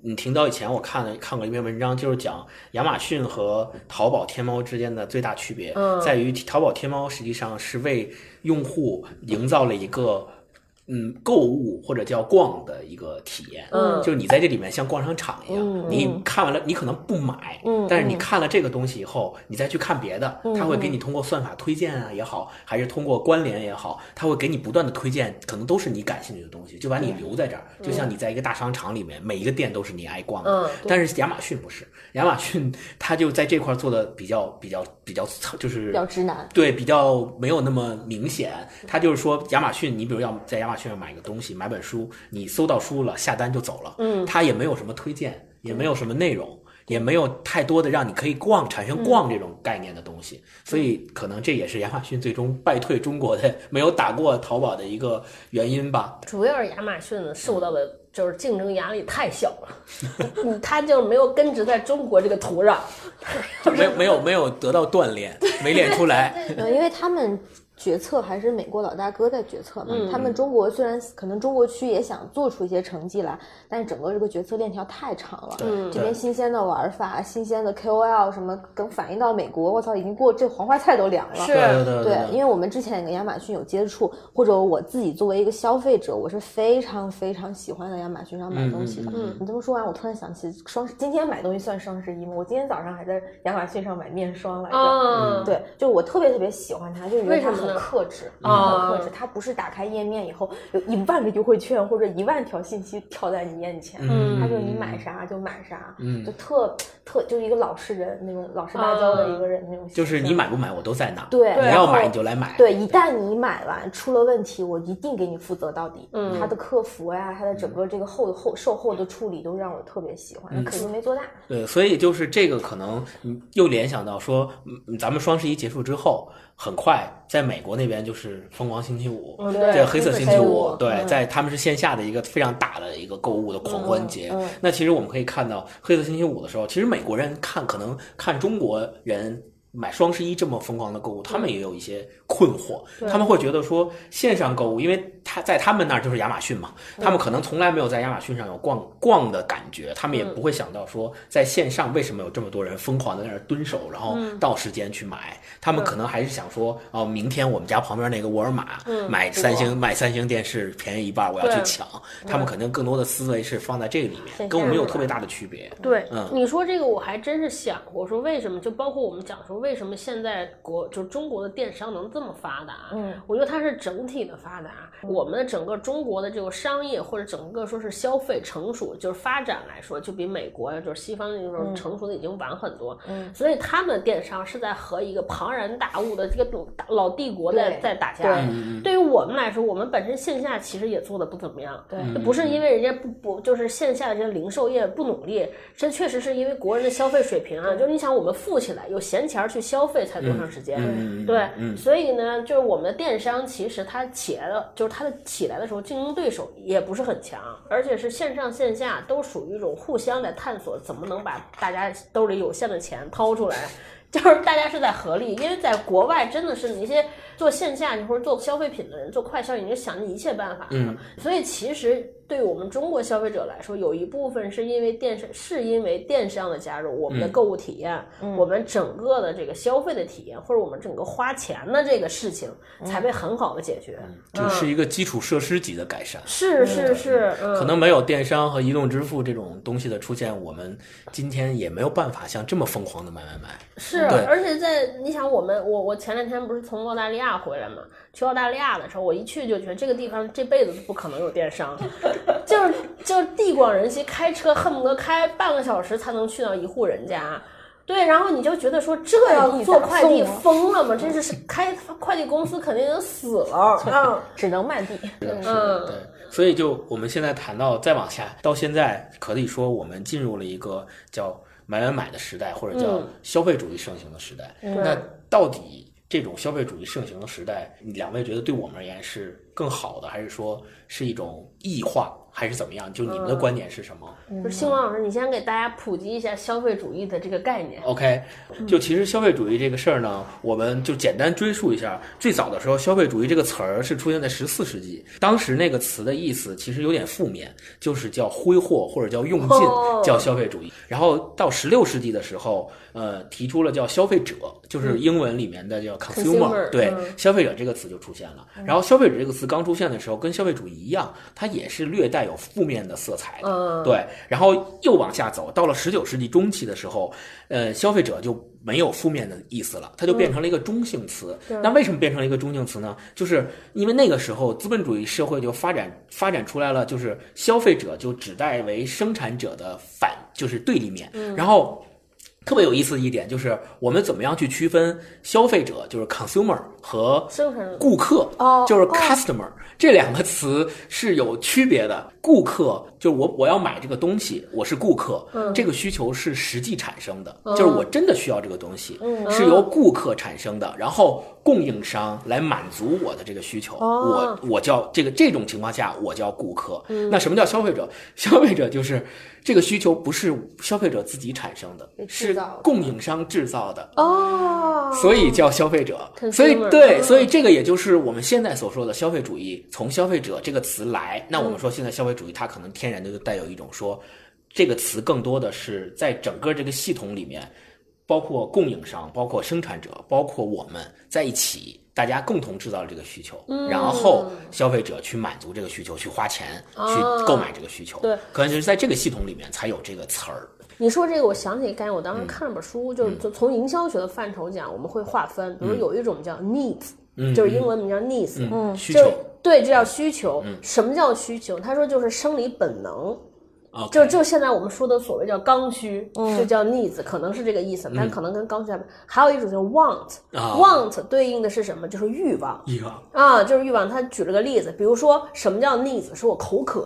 Speaker 1: 你听到以前我看了看过一篇文章，就是讲亚马逊和淘宝、天猫之间的最大区别，在于淘宝、天猫实际上是为用户营造了一个。嗯，购物或者叫逛的一个体验，
Speaker 2: 嗯
Speaker 1: 就是你在这里面像逛商场一样，你看完了你可能不买，
Speaker 5: 嗯
Speaker 1: 但是你看了这个东西以后，你再去看别的，它会给你通过算法推荐啊也好，还是通过关联也好，它会给你不断的推荐，可能都是你感兴趣的东西，就把你留在这儿。就像你在一个大商场里面，每一个店都是你爱逛的
Speaker 2: 嗯，
Speaker 1: 但是亚马逊不是，亚马逊它就在这块儿做的比较比较比较就是
Speaker 5: 比较 直男，
Speaker 1: 对，比较没有那么明显。他就是说，亚马逊，你比如要在亚马逊上买个东西，买本书，你搜到书了，下单就走了，嗯，他也没有什么推荐，也没有什么内容，也没有太多的让你可以逛、产生逛
Speaker 5: 嗯
Speaker 1: 这种概念的东西，所以可能这也是亚马逊最终败退中国的没有打过淘宝的一个原因吧。
Speaker 2: 主要是亚马逊受到的就是竞争压力太小了， 嗯它就没有根植在中国这个土壤。
Speaker 1: 就没有没有没有得到锻炼，没练出来。
Speaker 5: 呃因为他们决策还是美国老大哥在决策嘛。
Speaker 1: 嗯
Speaker 5: 他们中国虽然可能中国区也想做出一些成绩来，但是整个这个决策链条太长了。
Speaker 1: 对
Speaker 5: 这边
Speaker 1: 对
Speaker 5: 新鲜的玩法、新鲜的 KOL 什么，等反映到美国，我操，已经过这黄花菜都凉了。
Speaker 2: 是
Speaker 1: 对对对
Speaker 5: 对，因为我们之前也跟亚马逊有接触，或者我自己作为一个消费者，我是非常非常喜欢在亚马逊上买东西的。
Speaker 1: 嗯嗯嗯
Speaker 5: 你这么说完，我突然想起双十，今天买东西算双十一吗？我今天早上还在亚马逊上买面霜来着。
Speaker 2: 啊，
Speaker 5: 对，就是我特别特别喜欢它，就觉得它
Speaker 2: 为什么
Speaker 5: 很
Speaker 2: 呢
Speaker 5: 克制，
Speaker 2: 啊
Speaker 5: 很克制。它不是打开页面以后有一万个优惠券或者一万条信息跳在你眼前，
Speaker 1: 嗯
Speaker 5: 它就是你买啥就买啥，
Speaker 1: 嗯
Speaker 5: 就特特就是一个老实人那种老实巴交的一个人那种
Speaker 1: 啊
Speaker 5: 形象。
Speaker 1: 就是你买不买我都在那儿，
Speaker 5: 嗯对
Speaker 1: 你
Speaker 5: 然
Speaker 1: 要
Speaker 5: 后
Speaker 1: 买你就来买，
Speaker 5: 对，一旦你买完出了问题，我一定给你负责到底。嗯，他的客服呀，他的
Speaker 1: 嗯
Speaker 5: 整个这个后后售后的处理都让我特别喜欢，可惜没做大。
Speaker 1: 对，所以就是这个，可能嗯又联想到说，嗯咱们双十一结束之后，很快在美国那边就是疯狂星期五，
Speaker 2: 哦对
Speaker 1: 这
Speaker 5: 嗯
Speaker 1: 黑色星期
Speaker 5: 黑色星期五
Speaker 1: 对，在他们是线下的一个非常大的一个购物的狂欢节。
Speaker 5: 嗯嗯
Speaker 1: 那其实我们可以看到，黑色星期五的时候，其实美国人看可能看中国人。买双十一这么疯狂的购物，他们也有一些困惑，他们会觉得说线上购物，因为他在他们那儿就是亚马逊嘛，他们可能从来没有在亚马逊上有逛逛的感觉，他们
Speaker 2: 嗯
Speaker 1: 也不会想到说在线上为什么有这么多人疯狂的在那儿蹲守，然后
Speaker 2: 嗯
Speaker 1: 到时间去买，他们可能还是想说，哦，明天我们家旁边那个沃尔玛买三星买三星电视便宜一半，我要去
Speaker 2: 嗯对
Speaker 1: 抢，他们可能更多的思维是放在这个里面，
Speaker 5: 线
Speaker 1: 跟我们
Speaker 5: 下
Speaker 1: 有
Speaker 5: 的
Speaker 1: 特别大的区别。
Speaker 2: 对，
Speaker 1: 嗯
Speaker 2: 你说这个我还真是想过，说为什么？就包括我们讲说为什么现在国就是中国的电商能这么发达？
Speaker 5: 嗯，
Speaker 2: 我觉得它是整体的发达。我们的整个中国的这个商业或者整个说是消费成熟，就是发展来说，就比美国呀，就是西方那种成熟的已经晚很多。
Speaker 5: 嗯，
Speaker 2: 所以他们的电商是在和一个庞然大物的这个老帝国在
Speaker 5: 对
Speaker 2: 在打架。
Speaker 5: 对
Speaker 1: 嗯嗯
Speaker 2: 对于我们来说，我们本身线下其实也做的不怎么样，
Speaker 5: 对
Speaker 2: 就不是因为人家不不就是线下的这些零售业不努力，这确实是因为国人的消费水平啊，就是你想我们富起来有闲钱儿去消费才多长时间，
Speaker 1: 嗯嗯嗯
Speaker 2: 对，
Speaker 1: 嗯
Speaker 2: 所以呢，就是我们的电商其实它起来的，就是它的起来的时候，竞争对手也不是很强，而且是线上线下都属于一种互相在探索，怎么能把大家兜里有限的钱掏出来。就是大家是在合力，因为在国外真的是你一些做线下你或者做消费品的人，做快消已经想尽一切办法了。
Speaker 1: 嗯
Speaker 2: 所以其实对我们中国消费者来说，有一部分是因为电商，是因为电商的加入，我们的
Speaker 1: 嗯
Speaker 2: 购物体验，我们整个的这个消费的体验，或者我们整个花钱的这个事情，才被很好的解决。
Speaker 1: 这是一个基础设施级的改善。
Speaker 2: 是是是，嗯
Speaker 1: 可能没有电商和移动支付这种东西的出现，我们今天也没有办法像这么疯狂的买买买。
Speaker 2: 是，
Speaker 1: 对
Speaker 2: 而且在你想我们我我前两天不是从澳大利亚回来嘛，去澳大利亚的时候，我一去就觉得这个地方这辈子都不可能有电 商，就是就是地广人稀，开车恨不得开半个小时才能去到一户人家。对，然后你就觉得说这要做快递疯了吗？真是是开快递公司肯定得死了。 嗯，
Speaker 5: 只能慢递。
Speaker 1: 是的，是的，对。所以就我们现在谈到再往下，到现在可以说我们进入了一个叫买买买的时代，或者叫
Speaker 2: 嗯
Speaker 1: 消费主义盛行的时代。那到底这种消费主义盛行的时代，你两位觉得对我们而言是更好的，还是说是一种异化，还是怎么样？就你们的观点是什么？
Speaker 2: 嗯就是星光老师，你先给大家普及一下消费主义的这个概念。
Speaker 1: OK，就其实消费主义这个事儿呢，我们就简单追溯一下。最早的时候，消费主义这个词儿是出现在十四世纪，当时那个词的意思其实有点负面，就是叫挥霍或者叫用尽
Speaker 2: 哦，
Speaker 1: 叫消费主义。然后到十六世纪的时候，呃，提出了叫消费者，就是英文里面的叫 consumer，、
Speaker 2: consumer，
Speaker 1: 对
Speaker 2: 嗯，
Speaker 1: 消费者这个词就出现了。然后消费者这个词刚出现的时候，跟消费主义一样，它也是略带有负面的色彩的。
Speaker 2: 嗯
Speaker 1: 对，然后又往下走，到了十九世纪中期的时候，呃，消费者就没有负面的意思了，它
Speaker 2: 嗯
Speaker 1: 就变成了一个中性词。那为什么变成了一个中性词呢？就是因为那个时候资本主义社会就发展发展出来了，就是消费者就指代为生产者的反，就是对立面。
Speaker 2: 嗯
Speaker 1: 然后特别有意思的一点就是，我们怎么样去区分消费者，就是 consumer 和
Speaker 2: 生产者
Speaker 1: 顾客，
Speaker 5: 哦
Speaker 1: 就是
Speaker 5: 哦
Speaker 1: customer、这两个词是有区别的。顾客就是我，我要买这个东西，我是顾客，
Speaker 2: 嗯
Speaker 1: 这个需求是实际产生的，就是我真的需要这个东西，
Speaker 2: 嗯
Speaker 1: 是由顾客产生的，然后供应商来满足我的这个需求。
Speaker 2: 哦嗯
Speaker 1: 我我叫这个这种情况下，我叫顾客。那什么叫消费者？消费者就是这个需求不是消费者自己产生的，
Speaker 5: 制
Speaker 1: 是
Speaker 5: 造的
Speaker 1: 供应商制造的。
Speaker 5: 哦，
Speaker 1: 所以叫消费者。
Speaker 2: Consumer
Speaker 1: 所以对，
Speaker 2: 嗯
Speaker 1: 所以这个也就是我们现在所说的消费主义，从消费者这个词来。那我们说现在消费主义，它可能天然的就带有一种说，这个词更多的是在整个这个系统里面，包括供应商、包括生产者、包括我们在一起。大家共同制造这个需求，然后消费者去满足这个需求，去花钱、去购买这个需求，
Speaker 2: 对，
Speaker 1: 可能就是在这个系统里面才有这个词儿。
Speaker 2: 你说这个，我想起一个概念，我
Speaker 1: 嗯
Speaker 2: 当时看了本书，就是就从营销学的范畴讲，我们会划分，比如有一种叫 needs，、
Speaker 1: 嗯
Speaker 2: 就是英文名叫 needs，、
Speaker 1: 嗯，需
Speaker 2: 就
Speaker 1: 求嗯
Speaker 2: 是对，这叫需求。什么叫需求？他说就是生理本能，
Speaker 1: 啊，
Speaker 2: 就就现在我们说的所谓叫刚需，就叫 needs，可能是这个意思，但可能跟刚需还不还有一种叫 want，want、
Speaker 1: 嗯啊
Speaker 2: want 对应的是什么？就是欲望
Speaker 1: 一个
Speaker 2: 啊，就是欲望。他举了个例子，比如说什么叫 needs？是我口渴，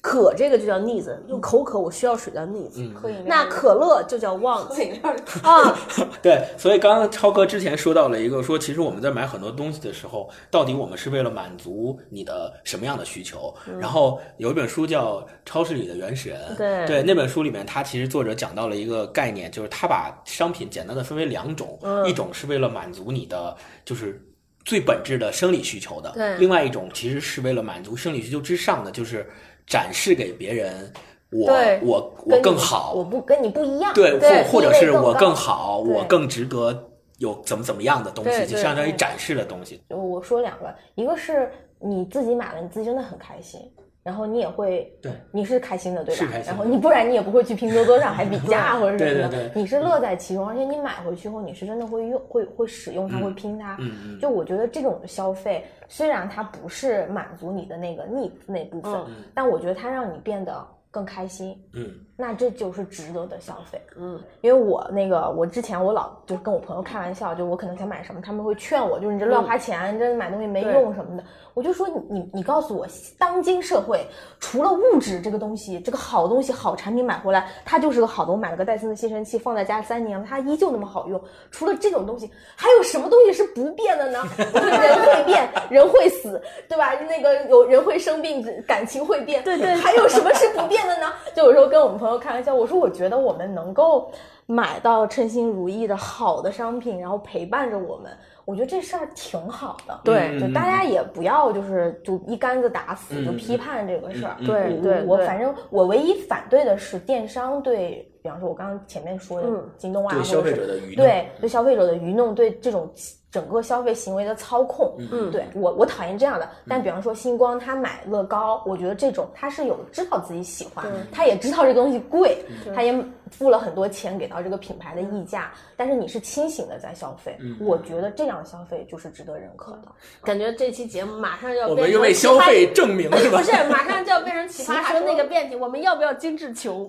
Speaker 2: 渴这个就叫 needs，用口渴我需要水叫 needs，、
Speaker 1: 嗯
Speaker 5: 喝饮料
Speaker 2: 那可乐就叫 want。
Speaker 5: 喝饮料
Speaker 2: 啊，
Speaker 1: 对，所以刚刚超哥之前说到了一个说，其实我们在买很多东西的时候，到底我们是为了满足你的什么样的需求？然后有一本书叫《超市里的原始人》，
Speaker 2: 对
Speaker 1: 对，那本书里面他其实作者讲到了一个概念，就是他把商品简单的分为两种，一种是为了满足你的就是。最本质的生理需求的，
Speaker 2: 对
Speaker 1: 另外一种其实是为了满足生理需求之上的，就是展示给别人我
Speaker 2: 对
Speaker 1: 我
Speaker 5: 跟
Speaker 1: 我
Speaker 5: 你
Speaker 1: 更好，
Speaker 5: 我不跟你不一样。
Speaker 1: 对，
Speaker 5: 对
Speaker 1: 或或者
Speaker 5: 地位
Speaker 1: 是我
Speaker 5: 高
Speaker 1: 更好，
Speaker 5: 对
Speaker 1: 我更值得有怎么怎么样的东西，
Speaker 2: 对
Speaker 1: 就
Speaker 2: 对
Speaker 1: 相当于
Speaker 5: 对
Speaker 1: 展示的东西。
Speaker 5: 我我说两个，一个是你自己买了，你自己真的很开心，然后你也会，
Speaker 1: 对，
Speaker 5: 你是开心的，对吧？
Speaker 1: 是开心的
Speaker 5: 然后你不然你也不会去拼多多 上还比价或者什么的，
Speaker 1: 对对对嗯
Speaker 5: 你是乐在其中，而且你买回去后你是真的会用，会会使用它，
Speaker 1: 嗯
Speaker 5: 会拼它。
Speaker 1: 嗯嗯
Speaker 5: 就我觉得这种消费，虽然它不是满足你的那个 needs 那部分，
Speaker 2: 嗯
Speaker 5: 但我觉得它让你变得更开心，
Speaker 1: 嗯
Speaker 5: 那这就是值得的消费。
Speaker 2: 嗯，
Speaker 5: 因为我那个，我之前我老就是跟我朋友开玩笑，就我可能想买什么，他们会劝我，就是你这乱花钱，你这买东西没用什么的。我就说你你你告诉我，当今社会除了物质这个东西，这个好东西、好产品买回来，它就是个好的。我买了个戴森的吸尘器，放在家三年了，它依旧那么好用。除了这种东西，还有什么东西是不变的呢？ 人会变，人会死，对吧？那个有人会生病，感情会 变，对对，还有什么是不变的呢？就有时候跟我们朋友开玩笑，我说我觉得我们能够买到称心如意的好的商品，然后陪伴着我们。我觉得这事儿挺好的，
Speaker 2: 对
Speaker 5: 就大家也不要就是就一竿子打死
Speaker 1: 嗯
Speaker 5: 就批判这个事儿。
Speaker 1: 嗯嗯
Speaker 2: 对
Speaker 5: 我
Speaker 2: 对
Speaker 5: 我
Speaker 2: 对
Speaker 5: 反正我唯一反对的是电商对，比方说我刚刚前面说的
Speaker 2: 嗯
Speaker 5: 京东啊，
Speaker 1: 对
Speaker 5: 或者
Speaker 1: 消费
Speaker 5: 是
Speaker 1: 者的愚弄嗯
Speaker 5: 对对消费者的愚弄，对这种整个消费行为的操控。
Speaker 1: 嗯
Speaker 5: 对我我讨厌这样的。但比方说星光他买乐高，我觉得这种他是有知道自己喜欢，他也知道这个东西贵，
Speaker 1: 嗯
Speaker 5: 他也付了很多钱给到这个品牌的溢价，
Speaker 2: 嗯
Speaker 5: 但是你是清醒的在消费，
Speaker 1: 嗯
Speaker 5: 我觉得这样消费就是值得认可的。
Speaker 2: 嗯感觉这期节目马上要
Speaker 1: 我
Speaker 2: 变
Speaker 1: 们又
Speaker 2: 成
Speaker 1: 为
Speaker 2: 奇
Speaker 1: 消
Speaker 2: 葩
Speaker 1: 费证明是吧？
Speaker 2: 不是，马上就要变成 奇葩
Speaker 5: 葩
Speaker 2: 说
Speaker 5: 说
Speaker 2: 那个辩题，我们要不要精致球？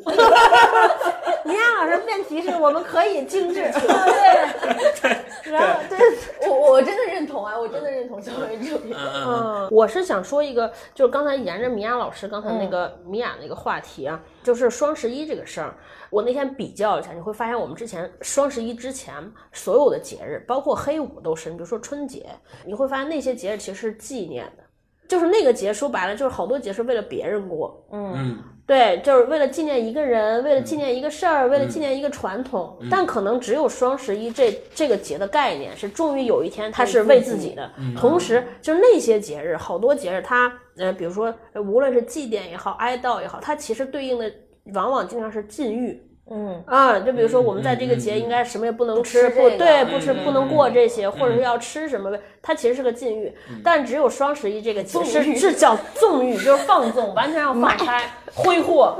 Speaker 2: 倪亚老师辩题是我们可以精致球，
Speaker 5: 然后对 我我真的认同啊，我真的认同消费主义。
Speaker 1: 嗯嗯
Speaker 2: 嗯，嗯我是想说一个，就是刚才沿着米娅老师刚才那个米娅那个话题啊，就是双十一这个事儿，我那天比较一下，你会发现我们之前双十一之前所有的节日，包括黑五都是，你比如说春节，你会发现那些节日其实是纪念的，就是那个节说白了就是好多节是为了别人过，
Speaker 1: 嗯
Speaker 2: 对，就是为了纪念一个人，为了纪念一个事儿，为了
Speaker 1: 嗯
Speaker 2: 纪念一个传统。但可能只有双十一这这个节的概念是，终于有一天它是为自己的。
Speaker 1: 嗯
Speaker 2: 同时，就那些节日，好多节日它，呃，比如说，呃无论是祭奠也好，哀悼也好，它其实对应的往往经常是禁欲。
Speaker 5: 嗯
Speaker 2: 啊，就比如说我们在这个
Speaker 1: 嗯嗯
Speaker 2: 节
Speaker 1: 嗯
Speaker 2: 应该什么也不能
Speaker 5: 吃
Speaker 2: 吃，
Speaker 5: 这
Speaker 2: 不
Speaker 5: 个
Speaker 2: 对，
Speaker 5: 嗯
Speaker 2: 不吃
Speaker 1: 嗯
Speaker 2: 不能过这些，或者是要吃什么呗，它其实是个禁欲。但只有双十一这个节
Speaker 5: 欲
Speaker 2: 是是叫纵欲，就是放纵，完全要放开挥霍。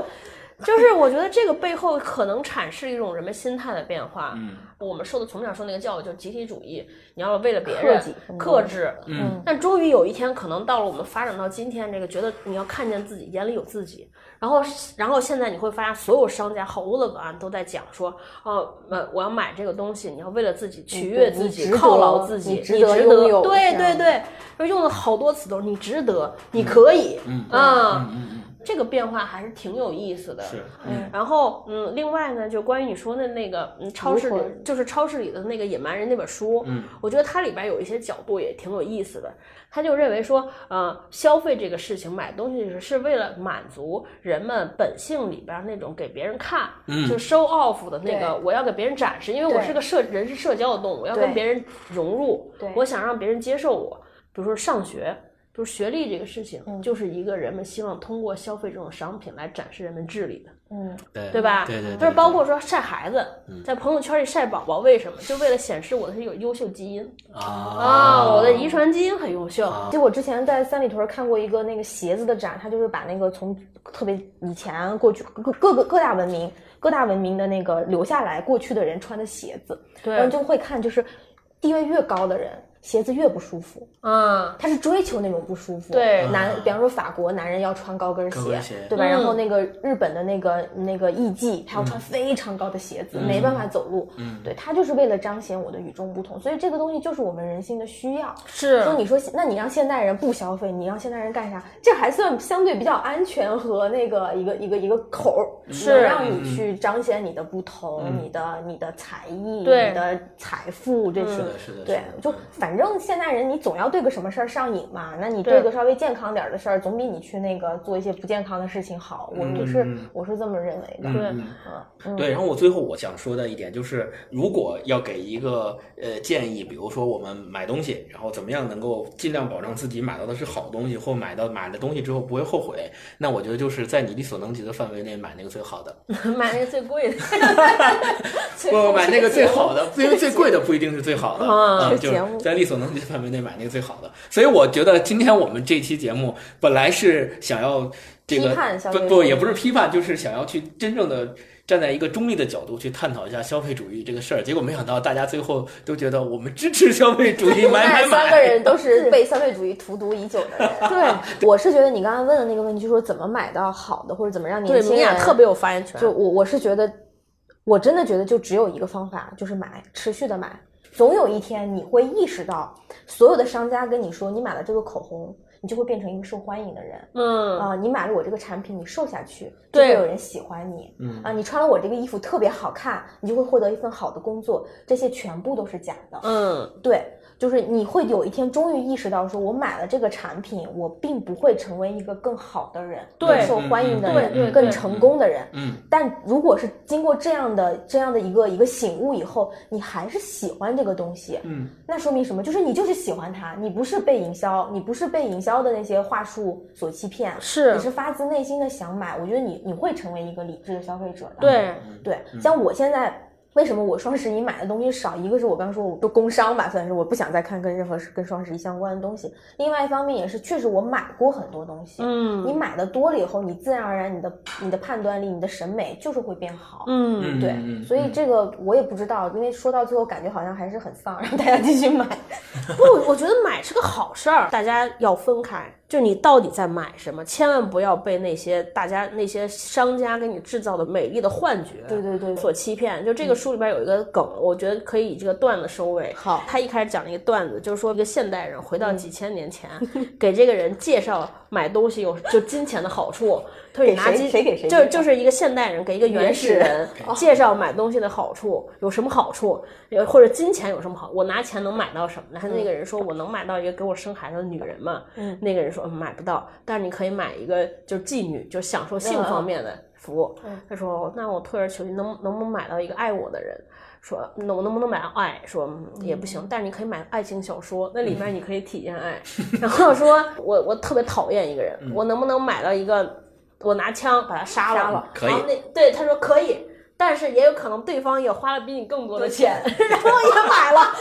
Speaker 2: 就是我觉得这个背后可能阐释一种人们心态的变化。
Speaker 1: 嗯
Speaker 2: 我们受的从小受那个教育就是集体主义，你要为了别
Speaker 5: 克
Speaker 2: 人
Speaker 5: 己嗯
Speaker 2: 克制。
Speaker 1: 嗯
Speaker 2: 但终于有一天，可能到了我们发展到今天这个，觉得你要看见自己，眼里有自己。然后，然后现在你会发现，所有商家好多的文案都在讲说，哦，呃，我要买这个东西，你要为了自己取悦自
Speaker 5: 嗯你
Speaker 2: 己，
Speaker 5: 值得
Speaker 2: 犒劳自己，
Speaker 5: 你
Speaker 2: 你
Speaker 5: 值得拥有
Speaker 2: 对
Speaker 5: 这
Speaker 2: 对
Speaker 5: 样
Speaker 2: 对，就用了好多词都是你值得，你可以，
Speaker 1: 嗯
Speaker 2: 啊，
Speaker 1: 嗯
Speaker 2: 这个变化还是挺有意思的。
Speaker 1: 嗯，是，
Speaker 2: 然后，嗯，另外呢，就关于你说的那个，嗯，超市里
Speaker 5: 如何
Speaker 2: 就是超市里的那个野蛮人那本书，
Speaker 1: 嗯，
Speaker 2: 我觉得它里边有一些角度也挺有意思的。他就认为说，呃，消费这个事情，买东西是为了满足人们本性里边那种给别人看，
Speaker 1: 嗯
Speaker 2: 就 show off 的那个，
Speaker 5: 对
Speaker 2: 我要给别人展示，因为我
Speaker 5: 对
Speaker 2: 是个社人是社交的动物，我要跟
Speaker 5: 对
Speaker 2: 别人融入
Speaker 5: 对，
Speaker 2: 我想让别人接受我，比如说上学。就是学历这个事情，
Speaker 5: 嗯
Speaker 2: 就是一个人们希望通过消费这种商品来展示人们智力的。
Speaker 5: 嗯，
Speaker 1: 对
Speaker 2: 对吧？
Speaker 1: 对对，嗯
Speaker 2: 就是包括说晒孩子，在朋友圈里晒宝宝，为什么？就为了显示我是有优秀基因
Speaker 1: 啊
Speaker 2: 啊，我的遗传基因很优秀。
Speaker 5: 其实我之前在三里屯看过一个那个鞋子的展，它就是把那个从特别以前啊过去各各个各大文明各大文明的那个留下来过去的人穿的鞋子，然后
Speaker 2: 对，
Speaker 5: 就会看就是地位越高的人鞋子越不舒服，
Speaker 2: 嗯，
Speaker 5: 他是追求那种不舒服。
Speaker 2: 对
Speaker 5: 男
Speaker 1: 嗯，
Speaker 5: 比方说法国男人要穿高跟
Speaker 1: 高
Speaker 5: 鞋
Speaker 1: 跟鞋，
Speaker 5: 对吧？
Speaker 2: 嗯
Speaker 5: 然后那个日本的那个那个艺妓，他要穿非常高的鞋子，没办法走路。
Speaker 1: 嗯
Speaker 5: 对他就是为了彰显我的与众不同，所以这个东西就是我们人性的需要。
Speaker 2: 是
Speaker 5: 说你说，那你让现代人不消费，你让现代人干啥？这还算相对比较安全和那个一个一个一个口儿，
Speaker 2: 是
Speaker 5: 能让你去彰显你的不同、
Speaker 1: 嗯
Speaker 5: 你的你的才艺、你
Speaker 2: 对
Speaker 5: 的财富这些。
Speaker 1: 嗯是的，是的，
Speaker 5: 对
Speaker 1: 是，的
Speaker 5: 就反正现代人，你总要对个什么事儿上瘾嘛。那你对
Speaker 2: 对
Speaker 5: 个稍微健康点儿的事儿，总比你去那个做一些不健康的事情好。我我是我是这么认为的。
Speaker 1: 嗯嗯对，然后我最后我想说的一点就是，如果要给一个呃建议，比如说我们买东西，然后怎么样能够尽量保障自己买到的是好东西，或买到买了东西之后不会后悔，那我觉得就是在你力所能及的范围内买那个最好的，
Speaker 2: 买那个 最贵的，
Speaker 1: 不买那个最好 的，因为最贵的不一定是最好的，
Speaker 2: 啊
Speaker 1: 嗯，
Speaker 5: 这
Speaker 1: 就是
Speaker 5: 个节目
Speaker 1: 在力所能及的范围内买那个最好的。所以我觉得今天我们这期节目本来是想要这个
Speaker 5: 批判消费
Speaker 1: 不
Speaker 5: 主
Speaker 1: 不
Speaker 5: 义
Speaker 1: 也不是批判，就是想要去真正的站在一个中立的角度去探讨一下消费主义这个事儿。结果没想到大家最后都觉得我们支持消费主 义，买买
Speaker 5: 那三
Speaker 1: 买。
Speaker 5: 个人都是被消费主义荼毒已久的人。啊对，我是觉得你刚才问的那个问题，就是怎么买到好的，或者怎么让年
Speaker 2: 对，
Speaker 5: 轻
Speaker 2: 米
Speaker 5: 人
Speaker 2: 娅特别有发言权。
Speaker 5: 就我我是觉得，我真的觉得就只有一个方法，就是买，持续的买。总有一天你会意识到，所有的商家跟你说你买了这个口红，你就会变成一个受欢迎的人
Speaker 2: 嗯，
Speaker 5: 啊、你买了我这个产品，你瘦下去，就
Speaker 2: 对
Speaker 5: 会有人喜欢你。嗯啊，你穿了我这个衣服特别好看，你就会获得一份好的工作，这些全部都是假的。
Speaker 2: 嗯，
Speaker 5: 对，就是你会有一天终于意识到，说我买了这个产品，我并不会成为一个更好的人，
Speaker 2: 对
Speaker 5: 更受欢迎的
Speaker 1: 嗯
Speaker 5: 人，
Speaker 1: 嗯嗯对对
Speaker 5: 更成功的人。
Speaker 1: 嗯，
Speaker 5: 但如果是经过这样的这样的一个一个醒悟以后，你还是喜欢这个东西，
Speaker 1: 嗯，
Speaker 5: 那说明什么？就是你就是喜欢它，你不是被营销，你不是被营销的那些话术所欺骗，
Speaker 2: 是
Speaker 5: 你是发自内心的想买。我觉得你你会成为一个理智的消费者的。
Speaker 2: 对，
Speaker 5: 对，像我现在。为什么我双十一买的东西少？一个是我刚说我都工伤吧，算是我不想再看跟任何跟双十一相关的东西。另外一方面也是，确实我买过很多东西，
Speaker 2: 嗯
Speaker 5: 你买的多了以后，你自然而然你的你的判断力、你的审美就是会变好。
Speaker 2: 嗯，
Speaker 1: 嗯
Speaker 5: 对，
Speaker 1: 嗯
Speaker 5: 所以这个我也不知道，因为说到最后感觉好像还是很丧，让大家继续买。
Speaker 2: 不，我我觉得买是个好事儿，大家要分开，就你到底在买什么，千万不要被那些大家那些商家给你制造的美丽的幻觉，
Speaker 5: 对对对
Speaker 2: 嗯所欺骗。就这
Speaker 5: 嗯
Speaker 2: 个书里边有一个梗，我觉得可以以这个段子收尾。
Speaker 5: 好嗯
Speaker 2: 他一开始讲了一个段子，就是说一个现代人回到几千年前，给这个人介绍买东西有就金钱的好处，他说你
Speaker 5: 给
Speaker 2: 拿
Speaker 5: 谁
Speaker 2: 金，
Speaker 5: 谁给谁
Speaker 2: 就
Speaker 5: 介绍
Speaker 2: 就是一个现代人给一个原
Speaker 5: 原
Speaker 2: 始
Speaker 5: 始哦
Speaker 2: 人介绍买东西的好处有什么好处，呃或者金钱有什么好，我拿钱能买到什么呢？那个人说我能买到一个给我生孩子的女人嘛？
Speaker 5: 嗯
Speaker 2: 那个人说、嗯、买不到，但是你可以买一个就是妓女，就是享受性方面的服务。
Speaker 5: 嗯
Speaker 2: 他说那我退而求其，能能不能买到一个爱我的人？说那我能不能买到爱？说嗯也不行，但是你可以买爱情小说，那里面你可以体验爱。 然后说我我特别讨厌一个人，
Speaker 1: 嗯
Speaker 2: 我能不能买到一个我拿枪把他杀了？
Speaker 5: 杀了
Speaker 1: 嗯可以
Speaker 2: 然后那对他说可以，但是也有可能对方也花了比你更多的钱， 然后也买 了，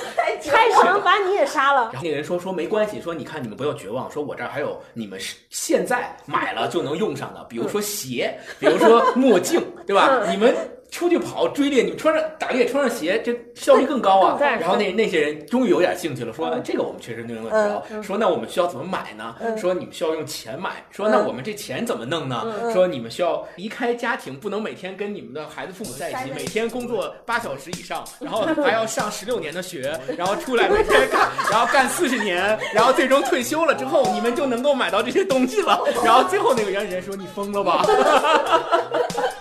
Speaker 2: 他也可能把你也杀了。
Speaker 1: 然后那个人说说没关系，说你看你们不要绝望，说我这儿还有你们是现在买了就能用上的，比如说鞋，比如说墨镜，对吧？你们出去跑追猎，你们穿上打猎穿上鞋，这效率更高啊。
Speaker 2: 对对
Speaker 1: 然后那那些人终于有点兴趣了，说哎这个我们确实能用得着。说那我们需要怎么买呢？说你们需要用钱买。说那我们这钱怎么弄呢？说你们需要离开家庭，不能每天跟你们的孩子父母在一起，每天工作八小时以上，然 后还要上十六年的学，然后出来每天干，然后干四十年，然后最终退休了之后，你们就能够买到这些东西了。然后最后那个原始人说：“你疯了吧？”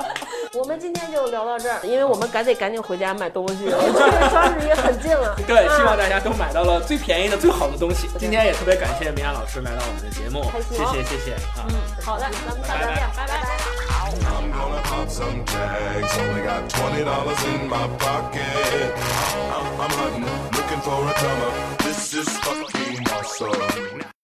Speaker 2: 我们今天就聊到这儿，因为我们赶得赶紧回家买东西了，就是双十一很近了。
Speaker 1: 对，
Speaker 2: 啊
Speaker 1: 希望大家都买到了最便宜的、最好的东西。今天也特别感谢明雅老师来到我们的节目，谢谢谢谢啊。
Speaker 2: 好的，嗯咱们下周见，拜拜
Speaker 7: I'm gonna pop some tags. Only got twenty dollars in my pocket. I'm, I'm hunting, looking for a comer. This is fucking awesome.